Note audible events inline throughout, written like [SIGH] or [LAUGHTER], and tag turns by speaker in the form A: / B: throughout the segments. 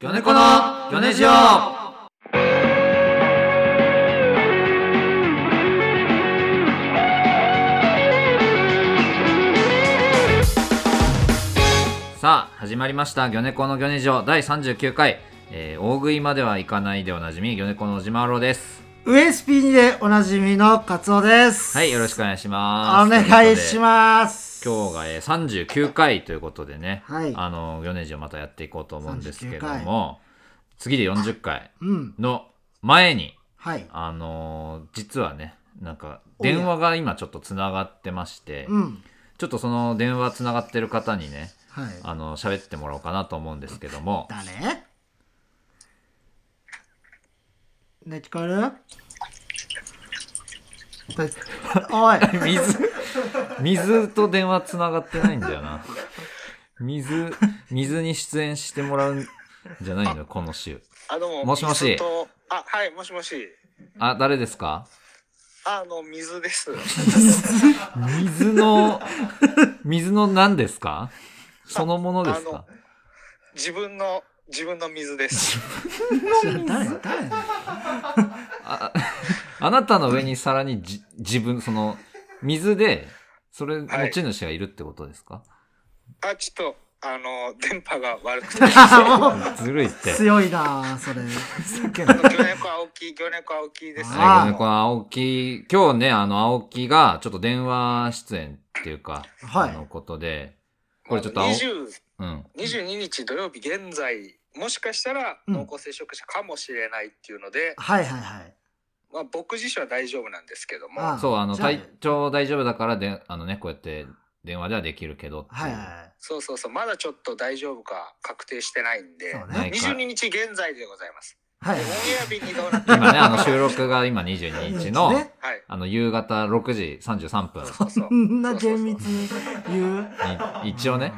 A: ギョネコのギョネジオさあ始まりました「ギョネコのギョネジオ」第39回、えー大食いまではいかないでおなじみギョネコの小島郎です
B: ウエスピーでおなじみのカツオです。
A: はいよろしくお願いしま
B: お
A: す
B: 願いし
A: す
B: ます。
A: 今日が、えー、39回ということでね、
B: はい
A: あのギョネジオまたやっていこうと思うんですけども次で40回
B: うん。
A: の前に
B: はい。
A: あのー実はねなんか
B: おや
A: 電話が今ちょっとつながってまして、
B: うん。
A: ちょっとその電話つながってる方にね
B: はい。
A: あの喋ってもらおうかなと思うんですけど
B: [LAUGHS]
A: も
B: 誰ね、聞こえ
A: [LAUGHS]
B: るだおい。
A: 水水と電話つながってないんだよな水水に出演してもらうんじゃないのこの週
C: あ、どうも。
A: もしもし
C: 水とあ、はい、もしもし。
A: あ誰ですか
C: ああの、水
A: [LAUGHS]
C: です。
A: 水の水の何ですかそのものですか
C: 自分の、自分の水
A: [LAUGHS]
C: です。
B: 誰誰
A: ああなたの上にさらにじ自分、その、水で、それ、
C: はい
A: 持ち主がいるってことですか、
C: あ、ちょっと、あの、電波が悪くて。
B: あも
A: ずるいっ
B: う
A: て。
B: 強いなそれ。
C: あの魚猫青木、魚猫青木です。
B: あ
A: はい、この青木、今日ね、あの、青木が、ちょっと電話出演っていうか、
B: はい
A: あのことで、これちょっと青、
C: 20
A: うん。
C: 22日土曜日現在、もしかしたら
B: うん
C: 濃厚接触者かもしれないっていうので、
B: はいはいはい。
C: まあ、僕自身は大丈夫なんですけども、
B: あ
A: そう、あの、
B: じゃあ
A: 体調大丈夫だからで、あのね、こうやって電話ではできるけどっていう
B: はいは
C: そうそうそう、まだちょっと大丈夫か確定してないんで
B: そう、ね
A: ないか
C: 22日現在でございます。
B: い。はい
C: で。オンエア日にどうなってる
A: 今ね、あ
C: か
A: の、収録が今22日の、
B: ね
C: はい。
A: あの、夕方6時33分
C: そうそう
B: こ。んな厳密に言う。
A: に、一応ね、撮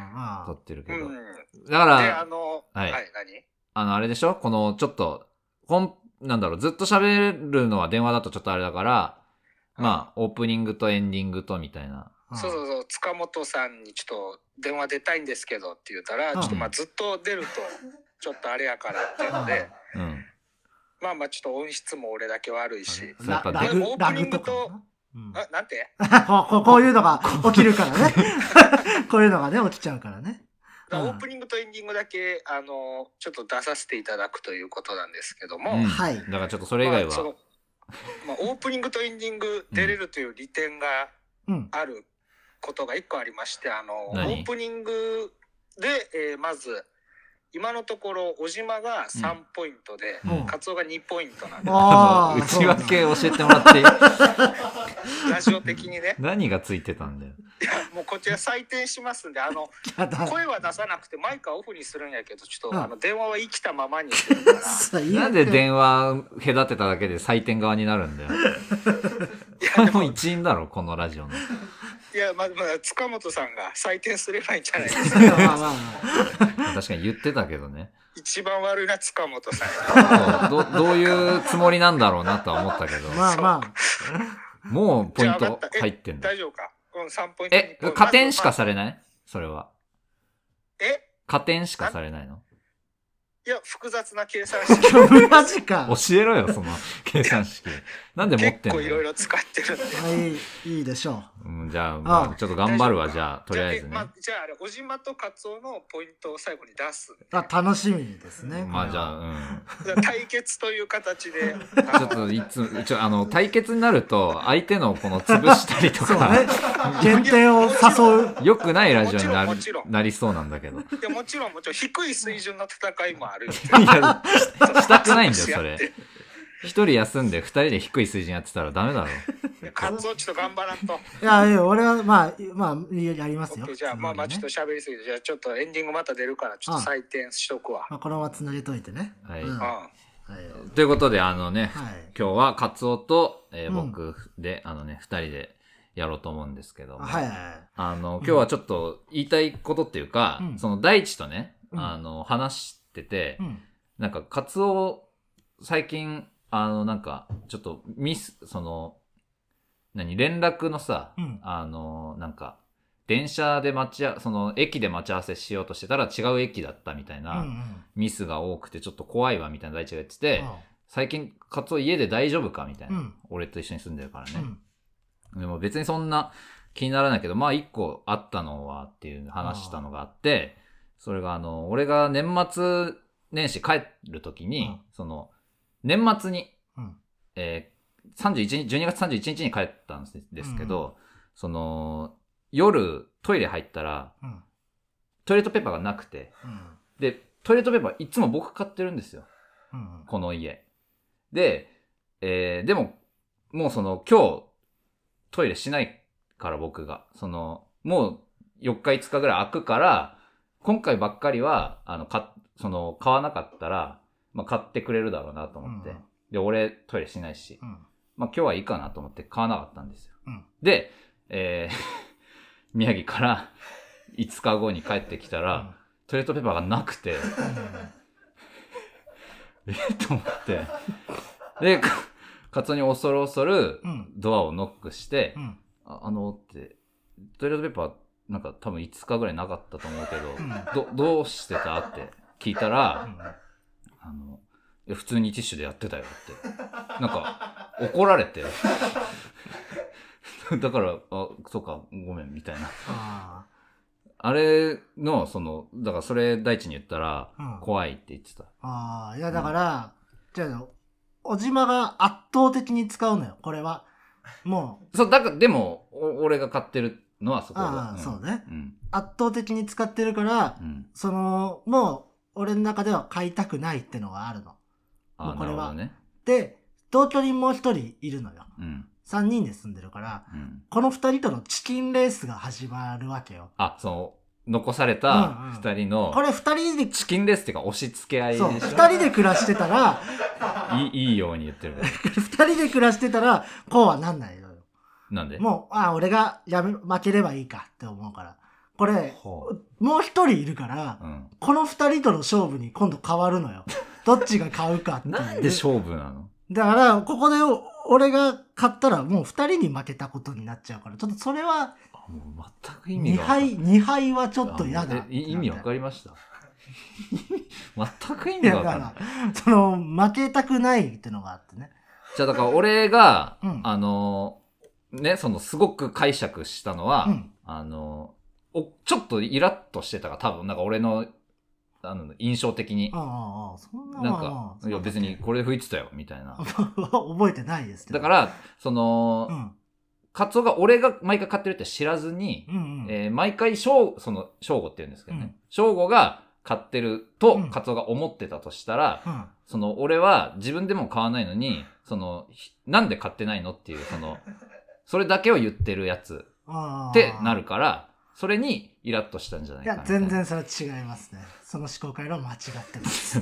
B: あ
A: ってるけ
C: う
A: ど。
C: ん。
A: だか
C: で、
A: ら
C: あ、の、
A: は
C: はいい、
A: あの、あれでしょこの、ちょっと、ほん、なんだろう、ずっと喋るのは電話だとちょっとあれだから、まあ、オープニングとエンディングとみたいな。
B: あ
C: 何そうそうそう、塚本さんにちょっと電話出たいんですけどって言ったら、
B: うん
C: ちょっとまあずっと出ると、ちょっとあれやからっていうので、
A: うん。
C: まあまあちょっと音質も俺だけ悪いし、
A: そうやっぱ
B: ラ
A: で
B: ラ
C: で
B: グ
C: もオ
B: ラ
C: ープニ
B: グ
C: ン
B: と
C: グ
B: か
C: と
B: な、うん
C: あ、なんて
B: [LAUGHS] こうこうこういうのが起きるからね [LAUGHS] こういうのがね起きちゃうからね
C: オ
B: うん
C: ープニングとエンディングだけ、あの、ちょっと出させていただくということなんですけども、
A: うん、
B: はい
A: だからちょっとそれ以外
C: まあその
A: は、
C: まあ、オープニングとエンディング出れるという利点が
B: うん
C: あることが一個ありましてあのオ
A: 何
C: ープニングで、えーまず今のところ小島が3ポイントで、
A: うん
C: カツオが2ポイントなんで
A: [LAUGHS] [LAUGHS] あ
B: あー
A: の内訳教えてもらっていい
C: ラジオ的にね
A: 何がついてたんだよ。
C: いやもうこちら採点しますんであの
B: そうなんだ
C: 声は出さなくてマイクはオフにするんやけどちょっ
B: うん
C: とあの電話は生きたま
B: [LAUGHS]
C: まにするから。
B: そうい
A: [LAUGHS]
B: い
A: なんで電話隔てただけで採点側になるんだ
C: い
A: よ。こ
C: や
A: れ
C: でも
A: もう一員だろ、このラジオの。
C: いやまあまあ塚本さんが採点すればいいんじゃないですか
B: [LAUGHS] まあまあまあ
A: 確かに言ってたけどね。
C: 一番悪いな塚本さんや
A: そうどどういうつもりなんだろうなとは思ったけど、
B: まあま
A: もうポイン
C: じゃあ分
A: ト
C: かったえ
A: 入ってんだ
C: 大。丈夫かうん3ポイント
A: え
C: 日本、
A: 加点しか
C: まず
A: されないそれは。
C: まあえ
A: 加点しかされないの
C: いや複雑な計算式
B: あマ
A: [LAUGHS]
B: ジかは
A: 教えろよ、その計算式。なんで持っ
C: 結
A: てんの
C: 構いろいろ使ってるんで
B: いいいでしょ
A: うん、じゃあ、ま
B: あ
A: あ、
B: あ
A: ちょっと頑張るわ、じゃあ、とりあえず
C: じゃあ,え、
A: ね
C: ま。じゃああれ小島とカツオのポイントを最後に出す
B: うあ楽しみですね
A: まあ、じゃ
B: あ
A: あ、うん。
C: じゃあ対決という形で
A: [LAUGHS] ちょっと、いつも、ちょ、あの、対決になると、相手のこの潰したりと
B: そうね
A: か、
B: 減点を誘う
A: 良くないラジオになる
C: もちろんもちろん
A: なりそうなんだけど。い
C: いやもちろんもちろん低い水準の戦いもあるよ
A: や、したくないんだよ、そ
C: や
A: れ
C: [LAUGHS] って。
A: 一人休んで、二人で低い水準やってたらダメだろ。
C: いやカツオちょっと頑張らんと
B: いやいや俺はまあまあやりま
C: オ
B: す
C: ッ
B: よ
C: ケーじゃあまあまあちょっと喋りすぎてじゃあちょっとエンディングまた出るからちょっと採点しとくわ
B: まあこのままつなげといてね
A: はい
B: うん
C: うん
B: はい
A: ということで、あのね、
B: はい
A: 今日はカツオと、えー
B: うん
A: 僕で、あのね、二人でやろうと思うんですけども、
B: はいはい
A: あの、今日はちょっと言いたいことっていうか、
B: うん
A: その大地とね、
B: うん
A: あの、話してて、
B: うん
A: なんかカツオ、最近、あの、なんか、ちょっとミス、その、何、連絡のさ、
B: うん
A: あの、なんか、電車で待ちあ、その駅で待ち合わせしようとしてたら違う駅だったみたい
B: うんう
A: な、
B: ん
A: ミスが多くてちょっと怖いわみたいな大地が言ってて、
B: あ
A: 最近カツオ家で大丈夫かみたいな、
B: うん
A: 俺と一緒に住んでるから
B: あう
A: ね。
B: ん
A: でも別にそんな気にならないけど、まあ一個あったのはっていう話したのがあって、それがあの、俺が年末年始帰るときに、
B: うん
A: その、年末に、
B: うん
A: えー31日、12月31日に帰ったんですですけど、その、夜トイレ入ったら、
B: うん
A: トイレットペーパーがなくて、
B: うん
A: で、トイレットペーパーいつも僕買ってるんですよ。
B: うん
A: この家。で、えーでも、もうその、今日、トイレしないから僕が。その、もう4日5日ぐらい空くから、今回ばっかりは、あの、か、その、買わなかったら、まあ、買ってくれるだろうなと思って。
B: うん
A: で、俺、トイレしないし、
B: うん
A: まあ、今日はいいかなと思って買わなかったんですよ。
B: うん
A: で、えー [LAUGHS] 宮城から5日後に帰ってきたら、トイレットペーパーがなくて、え [LAUGHS] ーと思って。で、かカツオに恐る恐る
B: うんうん
A: ドアをノックして、
B: うん
A: ああのって、トイレットペーパーなんか多分5日ぐらいなかったと思うけ
B: うん
A: ど、ど、どうしてたって聞いたら、
B: うん
A: あの、いや普通にティッシュでやってたよって。なんか、怒られて。 [LAUGHS] だから、あ、そうか、ごめん、みたいな。
B: あ
A: あれの、その、だからそれ大地に言ったら、
B: ーうん
A: 怖いって言ってた。
B: ああ、いやだから、じゃあ、小島が圧倒的に使うのよ、これは。もう、
A: そう、だから、でも、お俺が買ってるのはそこ
B: あ
A: だ。
B: あ、
A: ん
B: そうね。
A: うん。
B: 圧倒的に使ってるから
A: う、ん。
B: その、もう、俺の中では買いたくないってのがあるの。
A: あ
B: も
A: あ、
B: うこ
A: な
B: れ
A: るほ
B: は
A: どね。
B: で、同居人もう一人いるのよ。
A: うん。
B: 三人で住んでるから、
A: うん。
B: この二人とのチキンレースが始まるわけよ。
A: あ、その、残され
B: うんう
A: た
B: ん
A: 二人の、
B: これ二人で、
A: チキンレースっていうか、押し付け合いでし
B: そ
A: ょ
B: う、二人で暮らしてたら、
A: いいいいように言ってるけど。
B: 二人で暮らしてたら、こうはなんないのよ。
A: なんで
B: もう、ああ、俺がやめ、負ければいいかって思うから。これ、
A: ほう。
B: もう一人いるから、
A: うん。
B: この二人との勝負に今度変わるのよ。どっちが買うかっていう。
A: なんで勝負なの
B: だから、ここで俺が買ったらもう二人に負けたことになっちゃうから、ちょっとそれは、
A: あもう全く意味
B: 二
A: がわかんない。
B: 敗、二敗はちょっと嫌だ
A: あ。えい意味わかりま
B: [LAUGHS]
A: した全く意
B: い
A: 味
B: や、
A: が
B: だ
A: わ
B: か
A: かんない
B: ら。、その、負けたくないってのがあってね。
A: じゃあだから俺が、
B: うん
A: あのー、ね、そのすごく解釈したのは、
B: うん
A: あのー、お、ちょっとイラッとしてたが多分、なんか俺の、あの、印象的に
B: あ。あああ、そんな
A: なん
B: ま
A: か、
B: あ
A: いや別にこれ吹いてたよ、みたいな。
B: [LAUGHS] 覚えてないですけど。
A: だか、ら、その、
B: うん。
A: カツオが俺が毎回買ってるって知らずに
B: う、んうん。
A: えー毎回、ショその、ショって言うんですけど
B: うん
A: ね。ショが買ってると
B: うん、
A: カツオが思ってたとしたら、
B: うん。
A: その、俺は自分でも買わないのに、その、ひなんで買ってないのっていう、その、それだけを言ってるやつ
B: ああ
A: ってなるから、それにイラッとしたんじゃない
B: い
A: かな
B: や、全然。それは違いますね。その思考回路は間違ってます。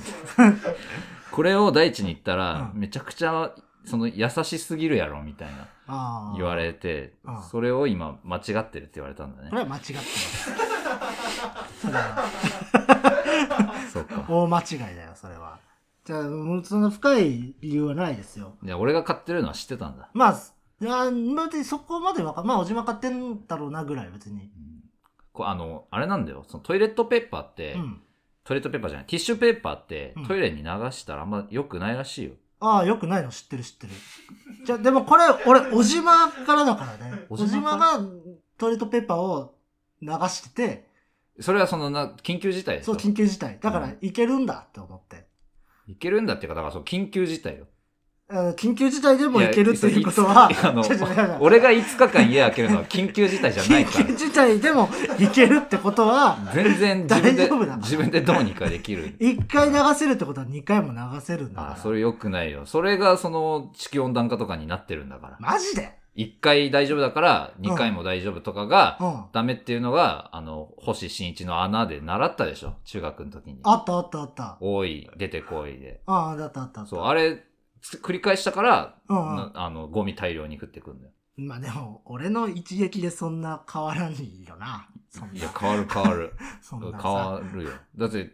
A: これを大地に言ったら、
B: うん
A: めちゃくちゃ、その、優しすぎるやろ、みたいな、
B: ああ
A: 言われて
B: あー、
A: それを今、間違ってるって言われたんだ
B: これ
A: ね。
B: は間違ってます。それは
A: そうか。
B: 大間違いだよ、それは。じゃあ、もうその深い理由はないですよ。
A: じゃあ、俺が買ってるのは知ってたんだ。
B: まあ、いや、まあ、そこまでわかんまあ、小島買ってんだろうなぐらい、別
A: う
B: に。
A: んこうあの、あれなんだよ。そのトイレットペーパーって、
B: うん。
A: トイレットペーパーじゃない、ティッシュペーパーって
B: うん、
A: トイレに流したらあんま良くないらしいよ。
B: ああ、よくないの知ってる知ってる。じゃあ、でもこれ、俺、小島からだからね。
A: 小
B: 小
A: 島
B: 島
A: か
B: がトイレットペーパーを流してて、
A: それはそのな、緊急事態です
B: そう、
A: よ。
B: 緊急事態。だか
A: う
B: ら
A: ん、
B: いけるんだって思って。
A: いけるんだっていうか、だからその緊急事態よ。
B: あの緊急事態でもいけるっていうことは、
A: いやいやあの
B: 違う違う違う
A: 俺が5日間家開けるのは緊急事態じゃないか
B: [LAUGHS] 緊急事態でもいけるってことは、
A: ら。全然自分
B: 大丈夫だか
A: で、
B: ら
A: 自分でどうにかできる。
B: 一回流せるってことは二回も流せるんだから。
A: あ、それ良くないよ。それがその地球温暖化とかになってるんだから。
B: マジで
A: 1回大丈夫だから、2回も大丈夫とかが、
B: うん。あ
A: ダメっていうのが、あの、星新一の穴で習ったでしょ中学の時に。
B: ったあったあった。
A: 多い、出てこいで。
B: ああ、だったあったあった。
A: そう、あれ、つ繰り返したから、
B: うんうん
A: なあの、ゴミ大量に降ってくるんだよ。
B: まあでも、俺の一撃でそんな変わらないよな。そん
A: い
B: な
A: や、。変わる変わる。
B: [LAUGHS] そん
A: 変
B: なさ。
A: わるよ。だって、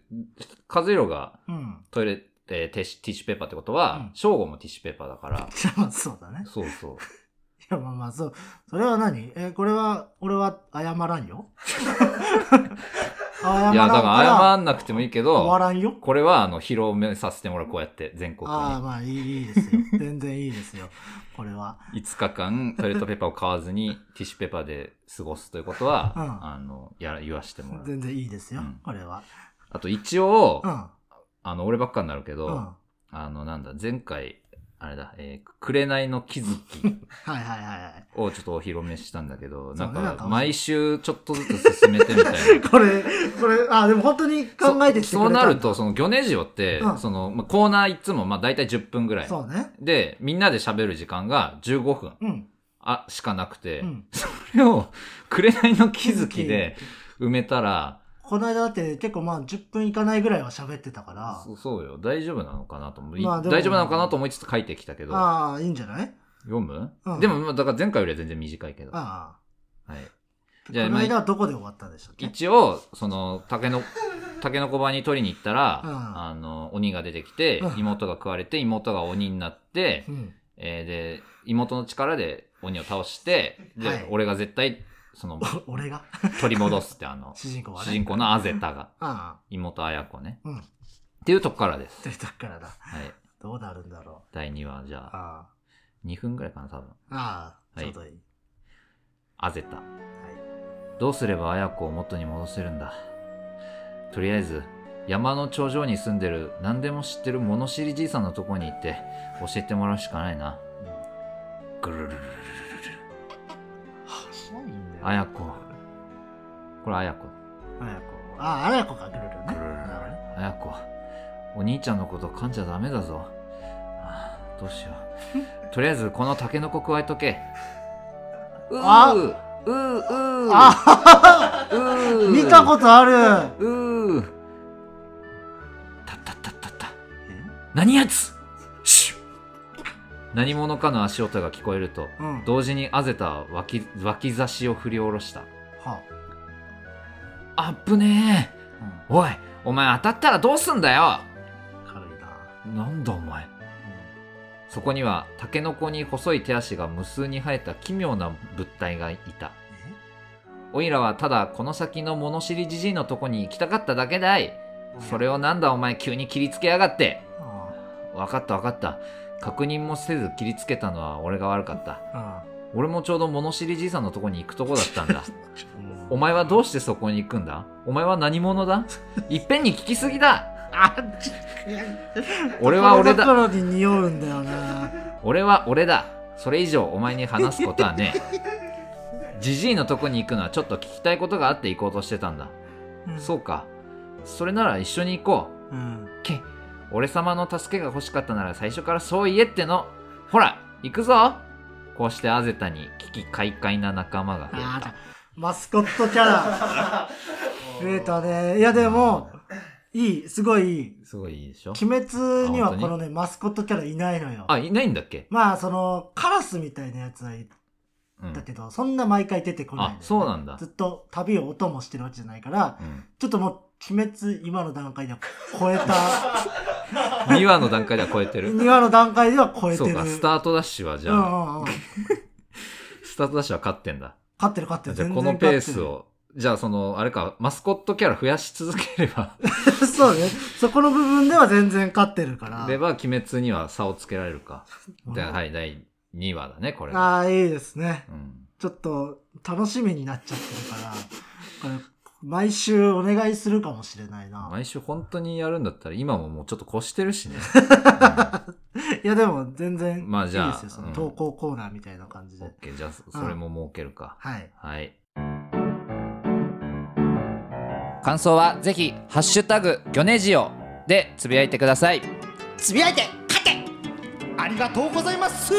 A: 和弘が
B: うん。
A: トイレ、えーティッシュティッシュペーパーってことは、
B: うん [LAUGHS]
A: 正午もティッシュペーパーだから、
B: じゃあ、そうだね。
A: そうそう。
B: や、まあまあ、そう。それは何え、これは、俺は謝ら
A: [LAUGHS]
B: んよ。謝らん
A: いや、だから謝
B: から
A: んなくてもいいけ
B: 終わ
A: ど、
B: らんよ。
A: これはあの、広めさせてもらう、こうやって全国に。
B: ああ、まあいいいいですよ。全然いいですよ。これは。
A: 5日間トイレットペーパーを買わずに [LAUGHS] ティッシュペーパーで過ごすということは、
B: うん
A: あのやら言わしてもらう
B: 全然いいですよ。
A: うん
B: これは。
A: あと一応、
B: うん。
A: あの俺ばっかになるけど、
B: うん。は
A: あのなんだ前回あれだ「えー、紅の気づき
B: いはいはいは」
A: [LAUGHS] をちょっとお披露目したんだけど、
B: [LAUGHS] うね
A: なん
B: なん
A: か
B: か
A: 毎週ちょっとずつ進めてみたい
B: [LAUGHS]
A: な。
B: い。これ、これ、あ、でも本当に考えてきて
A: そ
B: くれたんだ
A: そうなると、その、ギョネジオって、
B: うん
A: その、まあ、コーナーいつも、まあ、大体10分ぐらい。
B: そうね。
A: で、みんなで喋る時間が15分
B: うん。
A: あしかなくて、
B: うん。
A: それを、紅の気づきで埋めたら、
B: この間だって結構まあ10分いかないぐらいは喋ってたから。
A: そそうよ。大丈夫なのかなと思い、
B: まあでも
A: 大丈夫なのかなと思いつつ書いてきたけど、
B: ああ、いいんじゃない
A: 読む、
B: うん
A: でも、まあだから前回よりは全然短いけど。は
B: あ
A: い。
B: あ。
A: じゃあ
B: この間はどこで終わったんでしたっけ
A: 一応、その、竹の、竹の子場に取りに行ったら、
B: うん
A: あの、鬼が出てきて
B: う、ん
A: 妹が食われて、妹が鬼になって、
B: うん。
A: えーで、妹の力で鬼を倒して、で、
B: はい
A: 俺が絶対、その、
B: お [LAUGHS] 俺が
A: 取り戻すって、あ
B: [LAUGHS]
A: の、
B: 主人公はね。
A: 主人公のアゼタが、
B: ああ。
A: 妹綾子ね。
B: うん
A: っていうとこからです。
B: 出たからだ。
A: はい。
B: どうなるんだろ
A: 第2話、じ
B: う。
A: ゃあ、
B: あ
A: 2分ぐらいかな、多分。
B: あ。ああ。
A: は
B: ち
A: い
B: ょうどいい。
A: あぜた。
B: は
A: どうすれば綾子を元に戻せるんだとりあえず、山の頂上に住んでる何でも知ってる物知りじいさんのとこに行って教えてもらうしかないな。ぐるるるるるる
B: い。うん。いいんだよ。
A: 綾子。これ綾子。
B: あやこ。ああ、あやこがぐるるね。
A: ぐるるるる綾子。お兄ちゃんのこと噛んじゃダメだぞ。ああどうしよ [LAUGHS] う。とりあえずこのタケノコ加えとけ。う
B: あ
A: ーうーうー
B: あ
A: う
B: あ、
A: ー
B: 見たことある。
A: うーたったったったった何やつシュッ何者かの足音が聞こえると
B: うん。
A: 同時にあぜたは脇脇差しを振り下ろした
B: は
A: あっぶねえ
B: あ。
A: おいお前当たったらどうすんだよ
B: うん。軽いな。
A: なんだお前そこにはタケノコに細い手足が無数に生えた奇妙な物体がいたおいらはただこの先の物知りじじいのとこに行きたかっただけだい
B: え
A: それをなんだお前急に切りつけやがって
B: あ
A: わかったわかった確認もせず切りつけたのは俺が悪かった
B: あ。ああ。
A: 俺もちょうど物知りじいさんのとこに行くとこだったんだ
B: うん
A: お前はどうしてそこに行くんだお前は何者だいっぺんに聞きすぎだ
B: あち
A: 俺は俺
B: こ
A: だ
B: のところに匂うんだよな。。
A: 俺は俺だそれ以上お前に話すことはねえ [LAUGHS] じじいのとこに行くのはちょっと聞きたいことがあって行こうとしてたんだ、そううかそれなら一緒に行こう
B: うん。
A: け俺様の助けが欲しかったなら最初からそう言えってのほら行くぞこうしてアゼタに危機快快な仲間が増え
B: ああ
A: た
B: だ。マスコットキャラ。 [LAUGHS] 増えたね。いやでも、いい、すごいいい。
A: すごいいいでしょ
B: 鬼滅に
A: あ本当
B: は
A: に
B: このね、マスコットキャラいないのよ。
A: あいないんだっけ、
B: まあ、その、カラスみたいなやつはい
A: うん
B: だけど、そんな毎回出てこないのよ
A: あ
B: ね、
A: そうなんだ
B: ずっと旅をお供してるわけじゃないから、
A: うん、
B: ちょっともう、鬼滅今の段階では超えた、
A: 2話の段階では超えてる
B: 2話の段階では [LAUGHS] 超えて
A: そう
B: る。
A: かスタートダッシュはじゃ
B: う
A: あ、
B: んうんうん。
A: スタートダッシュは勝ってんだ
B: 勝ってる勝ってる。
A: じゃあ
B: 全然
A: このペー
B: 勝っ
A: ス
B: てる。
A: をじゃあそのあれかマスコットキャラ増やし続ければ
B: [LAUGHS] そうね。そこの部分では全然勝ってるから。
A: れば鬼滅には差をつけられるか、
B: うん
A: ではい第2話だねこれが
B: ああ、いいですね。
A: うん
B: ちょっと楽しみになっちゃってるから、これ、毎週お願いするかもしれないな。
A: 毎週本当にやるんだったら今ももうちょっと越してるし [LAUGHS] ね、
B: [LAUGHS] いや、でも全然
A: まあ
B: いいです
A: じ
B: よ。
A: ゃあ
B: そうの
A: ん
B: 投稿コーナーみたいな感じ
A: うん、オ
B: で
A: ッ。ケーじゃあそそれも設けるか、
B: はい。
A: はい感想はぜひ「ハッシュタグギョネジオ」でつぶやいてください
B: つぶやいて勝てありがとうございます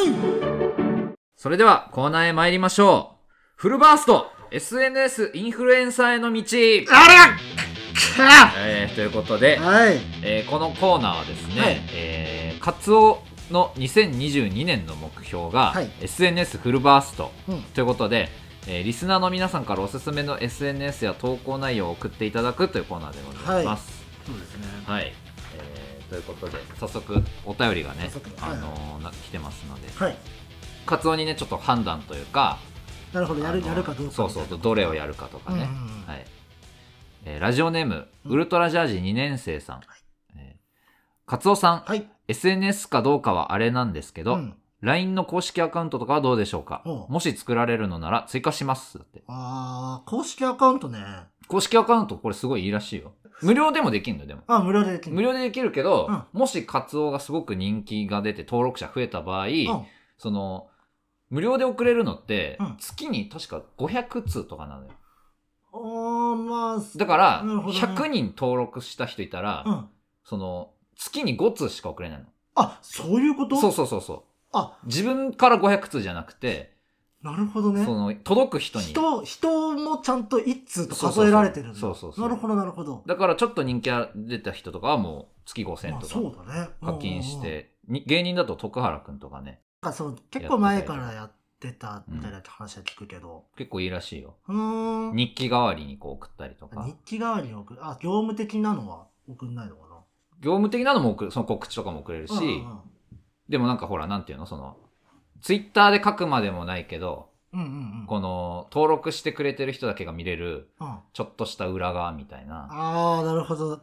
A: それではコーナーへ参りましょうフルバースト SNS インフルエンサーへの道、
B: あら
A: えー、ということで、
B: [LAUGHS] はい。
A: えーこのコーナーはですね、
B: はい
A: えーカツオの2022年の目標が、
B: はい
A: SNS フルバースト
B: うん
A: ということで、えーリスナーの皆さんからおすすめの SNS や投稿内容を送っていただくというコーナーでございます。
B: そうですね。
A: はい、えーということで早速お便りがね
B: 早速、
A: あ
B: はい
A: のーな来てますので
B: はい。
A: カツオにね、ちょっと判断というか、
B: なるほど、や
A: あ
B: る、
A: の
B: やるかどうか。
A: そうそう、どれをやるかとか
B: うんうんう
A: ね。
B: ん。
A: はい。えーラジオネーム、ウルトラジャージ2年生さん。えーカツオさん、
B: はい。
A: SNS かどうかはあれなんですけど、
B: うん
A: LINE の公式アカウントとかはどうでしょうか
B: おう
A: もし作られるのなら追加します。だって。
B: ああ、公式アカウントね。
A: 公式アカウントこれすごいいいらしいよ。無料でもできんのよでも。
B: あ無料でできる。
A: 無料でできるけど、
B: うん
A: もしカツオがすごく人気が出て登録者増えた場合、
B: うん。
A: その、無料で送れるのって
B: うん、
A: 月に確か500通とかなのよ。
B: おー、まあ、
A: だから、
B: なるほどね
A: 100人登録した人いたら、
B: うん。
A: その、月に5通しか送れないの。
B: あ、そういうこと
A: そうそうそうそう。
B: あ、
A: 自分から500通じゃなくて、
B: なるほどね
A: そ。の、届く人に。
B: 人、人もちゃんと一通と数えられてるんだ。
A: そうそうそうそうそうそう
B: なるほど、なるほど。
A: だからちょっと人気が出た人とかはもう月5000
B: まあ、
A: と
B: そう
A: か
B: だね。
A: 課金し
B: うんうんうん。
A: て、に芸人だと徳原くんとかね、
B: なんかその結構前からやってたみたいな話は聞くけど。
A: 結構いいらしいよ。
B: うーん。
A: 日記代わりにこう送ったりとか、
B: 日記代わりに送る。あ、業務的なのは送んないのかな。
A: 業務的なのも送る、その告知とかも送れるし、
B: うんうんうん
A: でもなんかほら、なんていうのその、ツイッターで書くまでもないけど、
B: うんうんうん。
A: この、登録してくれてる人だけが見れる、
B: うん、あ
A: ちょっとした裏側みたいな。
B: あ、なるほど。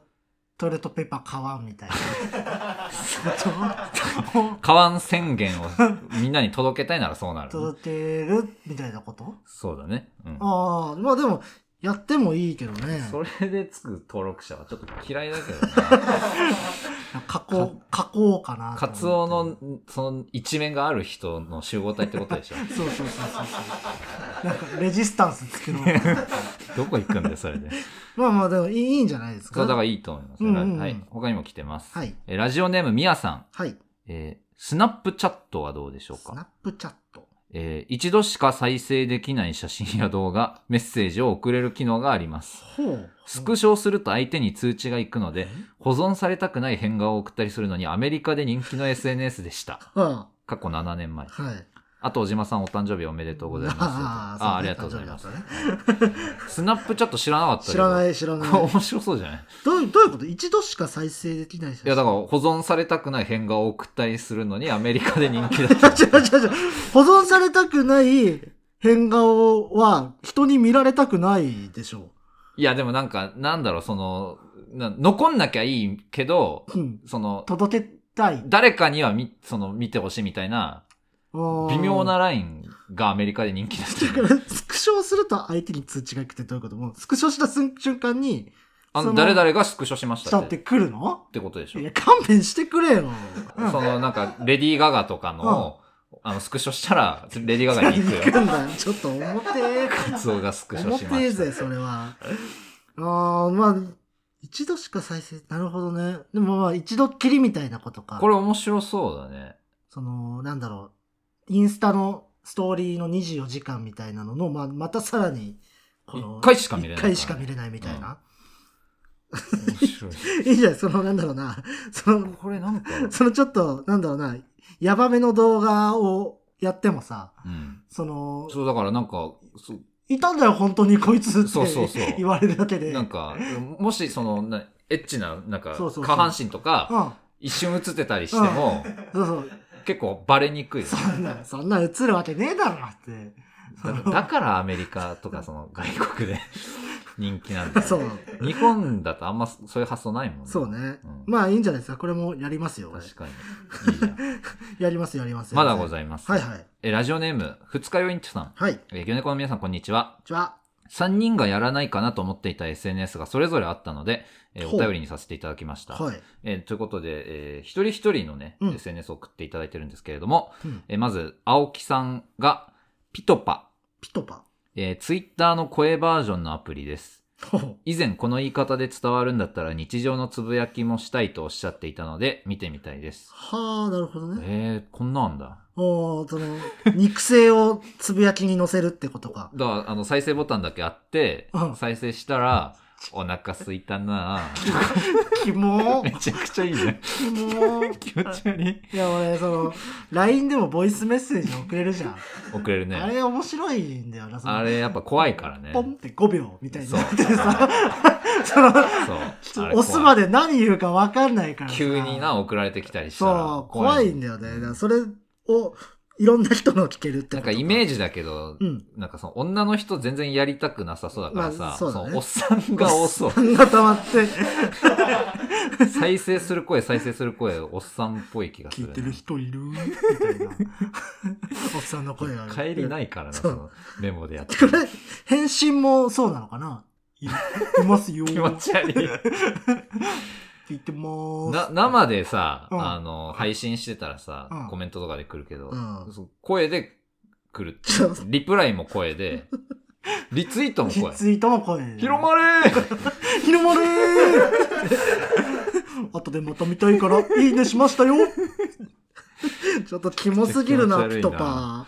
B: トイレットペーパー買わんみ
A: [LAUGHS]
B: たいな。ちょっ
A: 買わん宣言をみんなに届けたいならそうなる
B: と
A: ね、
B: 届けるみたいなこと
A: そうだね。うん。
B: ああ、まあでも、やってもいいけどね。
A: それでつく登録者はちょっと嫌いだけ
B: [LAUGHS]
A: どな。
B: 加工、加工かなと思って。
A: カツオの、その一面がある人の集合体ってことで
B: [LAUGHS]
A: しょ
B: そうそうそうそうそう。なんか、レジスタンスつけろ。
A: [LAUGHS] どこ行くんだよ、それで。
B: まあまあ、でもいいいいんじゃないですか。
A: そう、だからいいと思います。
B: うんうんうん
A: はい。他にも来てます。
B: はい。
A: えラジオネーム、みやさん。
B: はい。
A: えースナップチャットはどうでしょう
B: スナ
A: か
B: ップチャット。
A: えー一度しか再生できない写真や動画、メッセージを送れる機能があります。
B: ほう。
A: スクショをすると相手に通知が行くので
B: え、
A: 保存されたくない変顔を送ったりするのにアメリカで人気の SNS でした。
B: は
A: 過去7年前。
B: あ、はい。
A: あと、小島さんお誕生日おめでとうございます。
B: あー
A: あありがとうございます
B: そう。ね誕生日だっ
A: スナップチャット知らなかったた。
B: ね知らないい、知ら
A: こ
B: ない。
A: れ [LAUGHS] 面白そうじゃない
B: どういう、どういうこと一度しか再生できない写真
A: いや、だから保存されたくない変顔を送ったりするのにアメリカで人気だ
B: [LAUGHS]
A: った。
B: 違う違う違う。保存されたくない変顔は人に見られたくないでしょ
A: いや、でもなんか、なんだろう、その、な残んなきゃいいけど、
B: う。うん。
A: その、
B: 届けたい。
A: 誰かにはみ、その、見てほしいみたいな、
B: 微
A: 微妙。なラインがアメリカで人気だった
B: だか。ら、スクショをすると相手に通知が来てどういうこともう、スクショした瞬間に、
A: あ
B: そ
A: の、
B: の
A: 誰々がスクショしまし
B: した
A: た
B: っ
A: って
B: て
A: っ
B: 来るの
A: てことでしょ
B: い。や、勘弁してくれよ。うん
A: その、なんか、レディー・ガガとか
B: [LAUGHS]
A: の、あの、スクショしたら、レディー・ガガに行
B: 行 [LAUGHS]
A: く
B: く
A: よ。
B: んだよ。ちょっと重てえ。
A: カツオがスクショ
B: 重
A: してま
B: え
A: した。
B: ぜ、それは。ああ、まあ、一度しか再生、なるほどね。でもまあ、一度きりみたいなことか。
A: これ面白そうだね。
B: その、なんだろう、インスタのストーリーの24時間みたいなのの、ままたさらに、こ
A: 一
B: の
A: 回しか見れない
B: 一回しか見れないみたいな。
A: 面白い。
B: いいじゃん、その、なんだろうな、その、
A: これなんか、
B: そのちょっと、なんだろうな、ヤバめの動画をやってもさ、
A: うん。
B: その、
A: そう、だからなんか、そう
B: いたんだよ、本当にこいつって
A: そうそうそう
B: 言われるだけで。
A: なんか、もしその、なエッチな、なんか、
B: そうそうそう
A: 下半身と
B: う
A: か、
B: ん、
A: 一瞬映ってたりしても、
B: そうそう。
A: 結構バレにくい。
B: そんな、そんな映るわけねえだろって。
A: だだからアメリカとかその外国で [LAUGHS] 人気なんだ、ね。
B: そう、
A: 日本だとあんまそういう発想ないもんね。
B: そう。ね。
A: うん
B: まあいいんじゃないですか。これもやりますよ。俺
A: 確かに。いいじゃん。
B: やります、やります。
A: まだご
B: い
A: ざいます。
B: はいはい。
A: え、ラジオネーム、二日酔いんちさん。
B: はい。
A: え、魚猫の皆さんこんにちは。
B: じゃあ、
A: 3人がやらないかなと思っていた SNS がそれぞれあったので、えー
B: ほ
A: お
B: う
A: 便りにさせていただきました。
B: はい。
A: えーということで、えー一人一人のね、
B: うん
A: SNS を送っていただいてるんですけれども、
B: うん
A: えーまず、青木さんが、ピトパ、
B: ピトパ。
A: えー、ツイッターの声バージョンのアプリです。
B: ほう
A: 以前この言い方で伝わるんだったら日常のつぶやきもしたいとおっしゃっていたので、見てみたいです。
B: はあ、なるほどね。
A: えー、こんなんだ。
B: おーその、肉声をつぶやきに乗せるってこ
A: [LAUGHS]
B: とか。
A: だから、あの、再生ボタンだけあって
B: う、ん
A: 再生したら、お腹すいた
B: [LAUGHS]
A: なぁ
B: キモ
A: め
B: ー
A: ちゃくちゃいいじゃん。
B: キモー
A: 気持ち悪い。
B: いや、俺、その、LINE でもボイスメッセージ送れるじゃん。
A: 送れるね。
B: あれ面白いんだよな、その
A: あれやっぱ怖いからね。
B: ポンって5秒みたいに
A: そう
B: なってさ、 [LAUGHS] その、
A: そう。あれ怖い
B: 押すまで何言うか分かんないからさ
A: 急にな、送られてきたりしたら
B: そう、怖いん
A: ね
B: だよね。だからそれを、いろんな人のを聞けるって
A: なんかイメー
B: ジ。
A: ジだけど、
B: うん。
A: なんかその女の人全然やりたくなさそうだからさ、
B: まあそうだね
A: のおっさ
B: [LAUGHS]
A: んが多そう。
B: 勘が溜まって
A: 再生する声、再生する声、おっさんっぽい気がす
B: 聞
A: る、
B: いてる人いるみたいな。おっさんの声が。
A: 帰りないからな、
B: そ
A: そうのメモでやって
B: こ [LAUGHS] れ、返信もそうなのかないいますよ。
A: 気持ち悪い。
B: 聞いてまーす。
A: な、生でさ、
B: うん
A: あの、配信してたらさ、
B: うん
A: コメントとかで来るけど、
B: うん
A: そう声で来るって
B: ちょっと
A: リプライも声で、
B: [LAUGHS]
A: リツイートも声。
B: ツイートも声。
A: 広まれー
B: 広まれー後でまた見たいから、いいねしましたよちょっとキモすぎるな、
A: ちょ
B: ピ
A: っ
B: ト
A: と
B: パ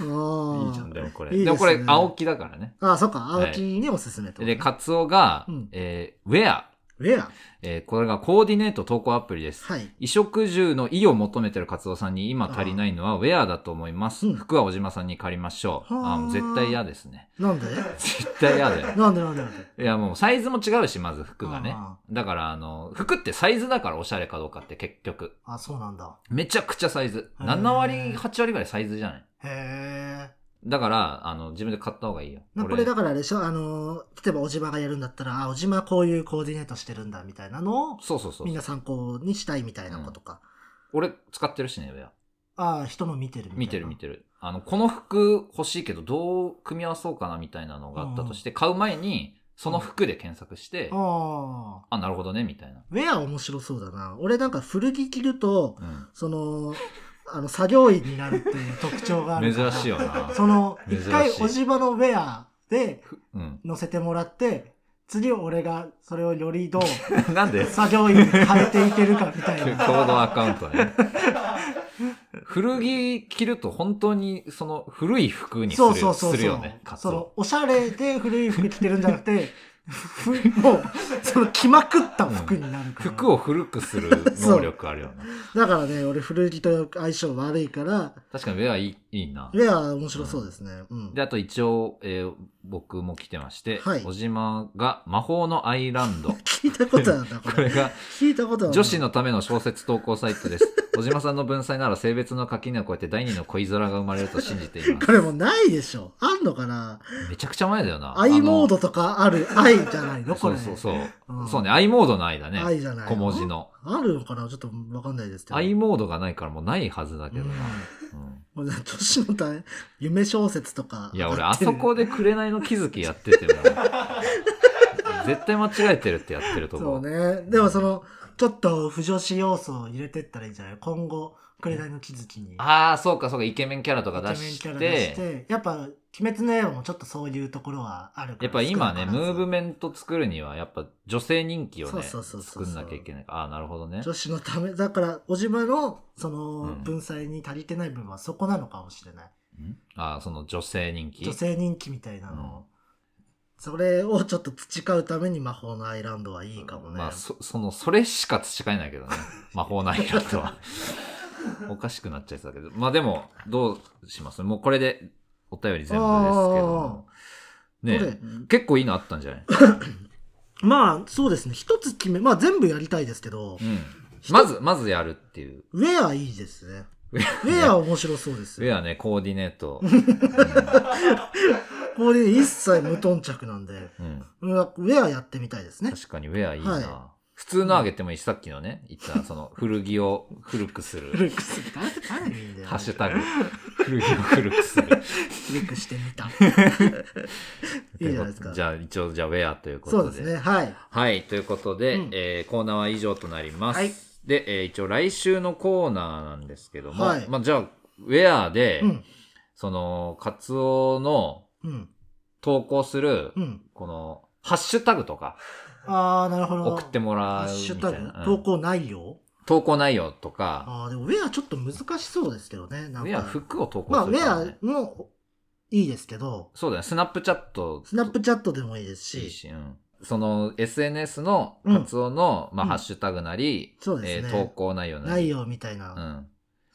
B: ー。
A: いいじゃん、でもこれ。
B: いいですね
A: でもこれ、青木だからね。
B: ああ、そっか、青木におすすめってことね
A: で、カツオが、
B: うん
A: えーウェア、
B: ウェア
A: えーこれがコーディネート投稿アプリです。
B: はい。
A: 衣食住の意を求めてるカツオさんに今足りないのはウェアだと思います。
B: うん
A: 服は小島さんに借りましょう。
B: はー
A: あーもう絶対嫌ですね。
B: なんで
A: 絶対嫌だよ。
B: なんでなんでなんで
A: いやもうサイズも違うし、まず服がね
B: あ。
A: だからあの、服ってサイズだからおしゃれかどうかって結局。
B: あ、そうなんだ。
A: めちゃくちゃサイズ。
B: へー
A: 7割、8割ぐらいサイズじゃない
B: へえ。
A: だから、あの、自分で買った方がいいよ。
B: まあこれだからあれでしょあのー、例えばおじまがやるんだったら、あ、おじまこういうコーディネートしてるんだみたいなのを、
A: そうそうそう
B: みん。な参考にしたいみたいなことか。
A: 俺使ってるしね、ウェア。
B: ああ、人の見てるみたいな。
A: 見てる見てる。あの、この服欲しいけど、どう組み合わそうかなみたいなのがあったとして、買う前に、その服で検索して、
B: ああ。
A: あ、なるほどね、みたいな。
B: ウェア面白そうだな。俺なんか古着着ると、
A: うん。[LAUGHS]
B: その、あの、作業員になるっていう特徴があるから。
A: 珍しいよ
B: [LAUGHS]
A: な。
B: その、
A: 珍し
B: 一
A: い
B: 回おじばのウェアで
A: うん。
B: 乗せてもらって、次俺がそれをよりどう
A: なんで
B: 作業員に変えていけるかみた
A: [LAUGHS]
B: い
A: 共
B: な。
A: 同アカウントね。 [LAUGHS] 古着着ると本当にその古い服にする
B: そうそうそう
A: する
B: そ
A: よ
B: う、
A: ね、カツ
B: そ
A: オ
B: の、おしゃれで古い服着てるんじゃなくて、ふもう、その着まくった服になるから。
A: 服を古くする能力あるよね。
B: だからね、俺古着と相性悪いから、
A: 確かにウェアいいいいな
B: ウ。ェア面白そうですね。うん
A: で、あと一応、えー僕も来てまして、
B: はい
A: 小島が魔法のアイラ
B: [LAUGHS]
A: ンド。
B: 聞いたことあるな、こ
A: こ [LAUGHS]
B: れ。
A: れが
B: 聞いたことあるな。
A: 女子のための小説投稿サイトです。小島さんの文才なら性別の垣根を越えて第二の恋空が生まれると信じています
B: こ。れもうないでしょ。あんのかな
A: めちゃくちゃ前だよな。
B: アイモー
A: ド
B: ドとかある愛じゃないのこ
A: そ
B: れ。
A: うそうそう。
B: うん
A: そうね、アイモードの間ね。
B: 愛じゃないの
A: 小文字。の。
B: あるのかなちょっとわかんないですけど。
A: アイモードがないからもうないはずだけどな。
B: うんもう女子の大夢小説とか。
A: うんいや、俺、あそこで紅の気づきやってても、
B: [LAUGHS]
A: 絶対間違えてるってやってると
B: そ
A: 思
B: う
A: う。
B: ね。でもその、ちょっと不女子要素を入れてったらいいんじゃない今後、紅の気づきに。
A: ああ、そうか、そうか、イケメンキャラとか出し、
B: イケメンキャラ出してて、やっぱ、鬼滅の刃もちょっとそういうところはあるから
A: やっぱ今ね、
B: 少
A: ム
B: なからず
A: ーブメント作るには、やっぱ女性人気を
B: そう
A: ね、
B: そうそうそう
A: 作んなきゃいけない。ああ、なるほどね。
B: 女子のため、だから、小島の、その
A: う、ん
B: 文才に足りてない部分はそこなのかもしれない。
A: んああ、その女性人気
B: 女性人気みたいなのを。それをちょっと培うために魔法のアイランドはいいかもね。
A: まあ、そ、その、それしか培えない
B: [LAUGHS]
A: けどね。魔法ないなとは。おかしくなっちゃいそうだけど。まあでも、どうしますもうこれでお便り全部ですけども。ね
B: ど
A: え結構いいのあったんじゃない
B: まあ、そうですね。一つ決め、まあ全部やりたいですけど
A: う、
B: [LAUGHS]
A: ん。まず、まずやるっていう。
B: ウェアいいです
A: [LAUGHS]
B: ね。
A: ウ
B: ウェア面白そうです
A: ウ
B: よ。
A: ェアね、コーディネー
B: [LAUGHS]
A: ト。
B: これ一切無頓着なんで、
A: うん。うん
B: ウェアやってみたいですね。
A: 確かにウェアいいな。
B: は
A: 普通のあげてもいいし、さっきのね、言った、その、古着を古くする。
B: 古くする。誰誰がいいんだよ。
A: ハッシュタグ、古着を古くする。
B: クリックしてみ
A: [LAUGHS]
B: た。 [LAUGHS] いいじゃないですか
A: じゃあ、一応、じゃあ、ウェアというこ
B: そ
A: と
B: う
A: で。
B: ですね。はい。
A: はい、ということで、
B: うん
A: えーコーナーは以上となります。
B: はい
A: で、えー一応来週のコーナーなんですけども、
B: はい
A: まあ、じゃあ、ウェアで、
B: うん。
A: その、カツオの
B: うん。
A: 投稿する、
B: うん。
A: この、ハッシュタグとか
B: ああ、なるほど。
A: 送っても
B: ハ
A: ら
B: ッ
A: う
B: シュ
A: み
B: タ
A: た
B: グ
A: いな。、う
B: 投
A: ん
B: 稿内容
A: 投稿内容とか、
B: ああ、でもウェアちょっと難しそうですけどね。
A: ウ
B: なんか
A: ェア服を投
B: ま
A: 稿
B: あ、ウ
A: するから、ね
B: ェアもいいですけど、
A: そうだね、スナップチャット。
B: スナップチャットでもいいです
A: いい
B: し、
A: し、うん。その、SNS の
B: うん
A: カツオの、まあ、
B: うん
A: ハッシュタグなり、
B: そうですね
A: えー投稿内容な
B: 内
A: り。
B: 容みたいうな。
A: ん。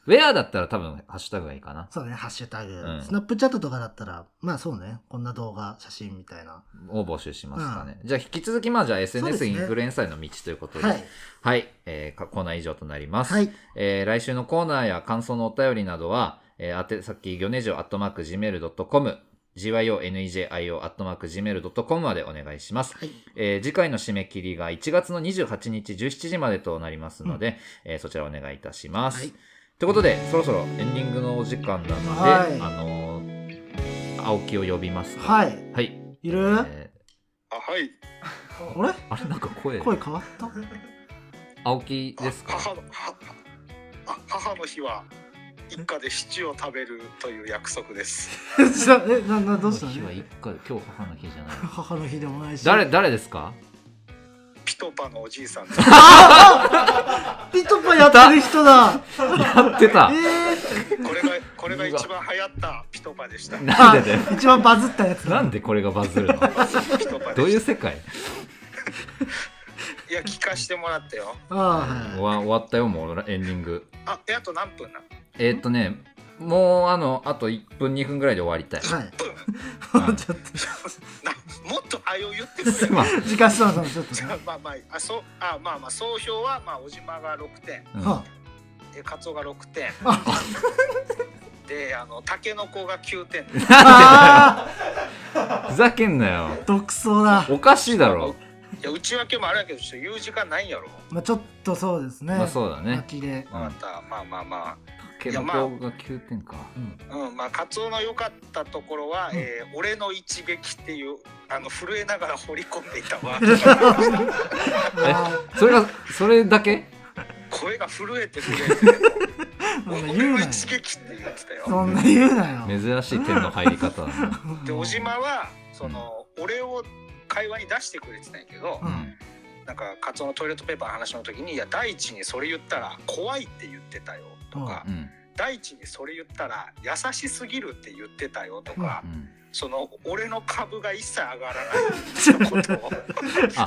A: ウェアだったら多分、ハッシュタグがいいかな。
B: そうね、ハッシュタグ
A: う。ん
B: スナップチャットとかだったら、まあそうね、こんな動画、写真みたいな。
A: を募集しますかね。じゃあ引き続き、まあじゃあ
B: そう
A: SNS
B: で
A: イ
B: すね
A: ンフルエンサーへの道ということで。
B: はい。
A: はい。えーかコーナー以上となります。
B: はい。
A: えー来週のコーナーや感想のお便りなどは、えー、宛先、ギョネジオ、アットマーク、gmail.com、gyonejio、アットマーク、gmail.com までお願いします。
B: はい。
A: えー次回の締め切りが1月の28日17時までとなりますので、えーそちらお願いいたします。
B: はい
A: ということで、そろそろエンディングのお時間なので、
B: はい
A: あのー青木を呼びます。い。
B: はい。
A: はい。
B: いる、
A: え
C: あはい
B: あれ
A: ーあれなんか声、
B: 声変わった
A: 青木です
C: あ
A: か
C: 母のはあ母の日は一家でシチューを食べるという約束です。
B: じゃえ、な、な、どうした
A: の日は
B: の
A: 一家で今日母の日じゃ
B: [LAUGHS]
A: ない。
B: 母の日でもないし。
A: 誰、誰ですか
C: ピトパのおじいさんです。
B: ピトパやってる人だ
A: やってた
B: え
C: これがこれが一番流行ったピトパでした。
A: なんでだよ。
B: ー、一番バズったやつだ。
A: なんでこれがバズるの
C: ピトパで
A: どういう
C: し
A: 世界
C: た。いや聞かしてもらったよ。
B: あ
A: 終わ終わったよ、もうエンディング。
C: あえあと何分な [LAUGHS] の？
A: えーっとね、もうあの、あと1分2分ぐらいで終わりたい。
B: あ。はい。
A: はい
B: [LAUGHS] ちょっ
C: なもっとあよ言って
A: す
C: くれ
A: [LAUGHS] ま
C: よ。
A: ん。
B: と、時間質問さん、ちょっと
C: じ
B: ね。
C: ゃあまあまああそうあまあまあ総評はまあ小島が六点、
A: うん
B: は
C: えカツオが六点
B: あ。
C: であのタケノコが九点。
B: あ
A: ふざけんなよ。 [LAUGHS]
B: あ、独創だ。
A: おかしいだろ。
C: いや内訳もあるやけどちょっと言う時間ないんやろ。
B: まあ、ちょっとそうですね。
A: まあそうだね。
B: 秋で。
A: うん
C: またまあまあま
A: けど、ここが9点か。うん
C: あうんまあカツオの良かったところは、
B: うん
C: えー俺の一撃っていうあの震えながら掘り込んでいた
A: [LAUGHS]
C: わ
B: あ
A: それが、それだけ
C: 声が震えて震えて。
B: ーなんか
C: 俺の
A: [LAUGHS]
B: 言うなよ。
C: 一撃って言ってたよ。
B: そんな言うなよ。
A: 珍しい点の入り方だ
B: [LAUGHS]
A: な。
C: で小島はその俺を会話に出してくれてたんやけど
A: う、ん
B: ん。
C: なんかカツオのトイレットペーパーの話の時に「いや第一にそれ言ったら怖いって言ってたよ」とか
A: う、ん。
C: 第一にそれ言ったら優しすぎるって言ってたよ」とか、
A: うん。
C: その俺の株が一切上がらないってことを
A: あ、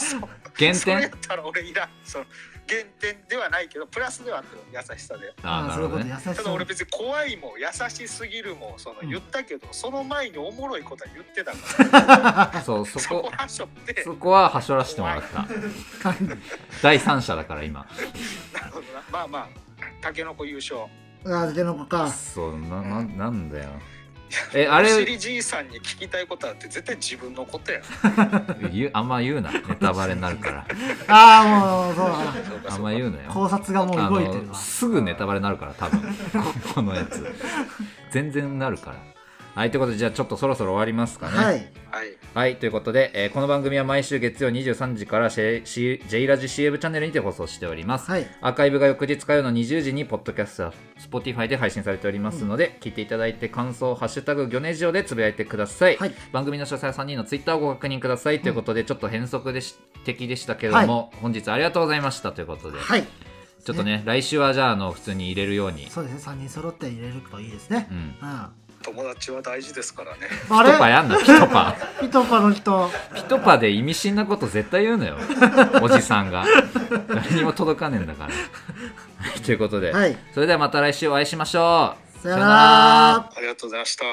A: 減
C: それやっ
A: 点
C: たら俺いらんその減点ではないけどプラスではあったよ優しさで。
A: あー、な
B: そう
A: る
B: いう
A: ほ
B: こ
A: ど
B: と
A: ね。
B: 優し
C: た
B: さ
C: だ俺別に怖いも優しすぎるもその言ったけど、その前におもろいことは言ってたから
A: そう、そ
C: そこ
A: こ、
C: はしょって
A: そこははしょらしてもらった。第三者だから今。
C: なるほどな [LAUGHS] まあまあタケノコ優勝
B: ああ、での子か。
A: そう、な、ななんだよ。え、あれ
C: お尻じいさんに聞きたいことあって絶対自分のことや
A: 言うあんま言うなネタバレになるから
B: ああ、もう、そうだな。
A: あんま言うなよ
B: [LAUGHS] 考察がもう動いて
A: あ
B: る
A: の
B: わ。
A: すぐネタバレになるから多分ここのやつ全然なるからはいということでじゃあちょっとそろそろ終わりますかね
B: は
A: はい、
B: い。
C: はい
A: ということで、えーこの番組は毎週月曜23時から J, J ラジ CM チャンネルにて放送しております、
B: はい。
A: アーカイブが翌日火曜の20時にポッドキャストや Spotify で配信されておりますので、聞いていただいて感想「ハッシュタグギョネジオ」でつぶやいてください、
B: はい。
A: 番組の詳細は3人のツイッターをご確認くださいということで、ちょっと変則でし的でしたけれども、本日ありがとうございましたということで、
B: はい。
A: ちょっとね来週はじゃああの普通に入れるように
B: そうですね。三人揃って入れるといいですね
A: う。ん
B: うん。あ
C: 友達は大事ですからね
A: ピトパ
B: れ
A: やんなピトパ
B: ピトパの人。
A: ピトパで意味深なこと絶対言うの
B: [LAUGHS]
A: よおじさんが誰にも届かねえんだから
B: [LAUGHS]
A: はいということで、
B: はい。
A: それではまた来週お会いしましょう
B: さよなら。
C: ありがとうございました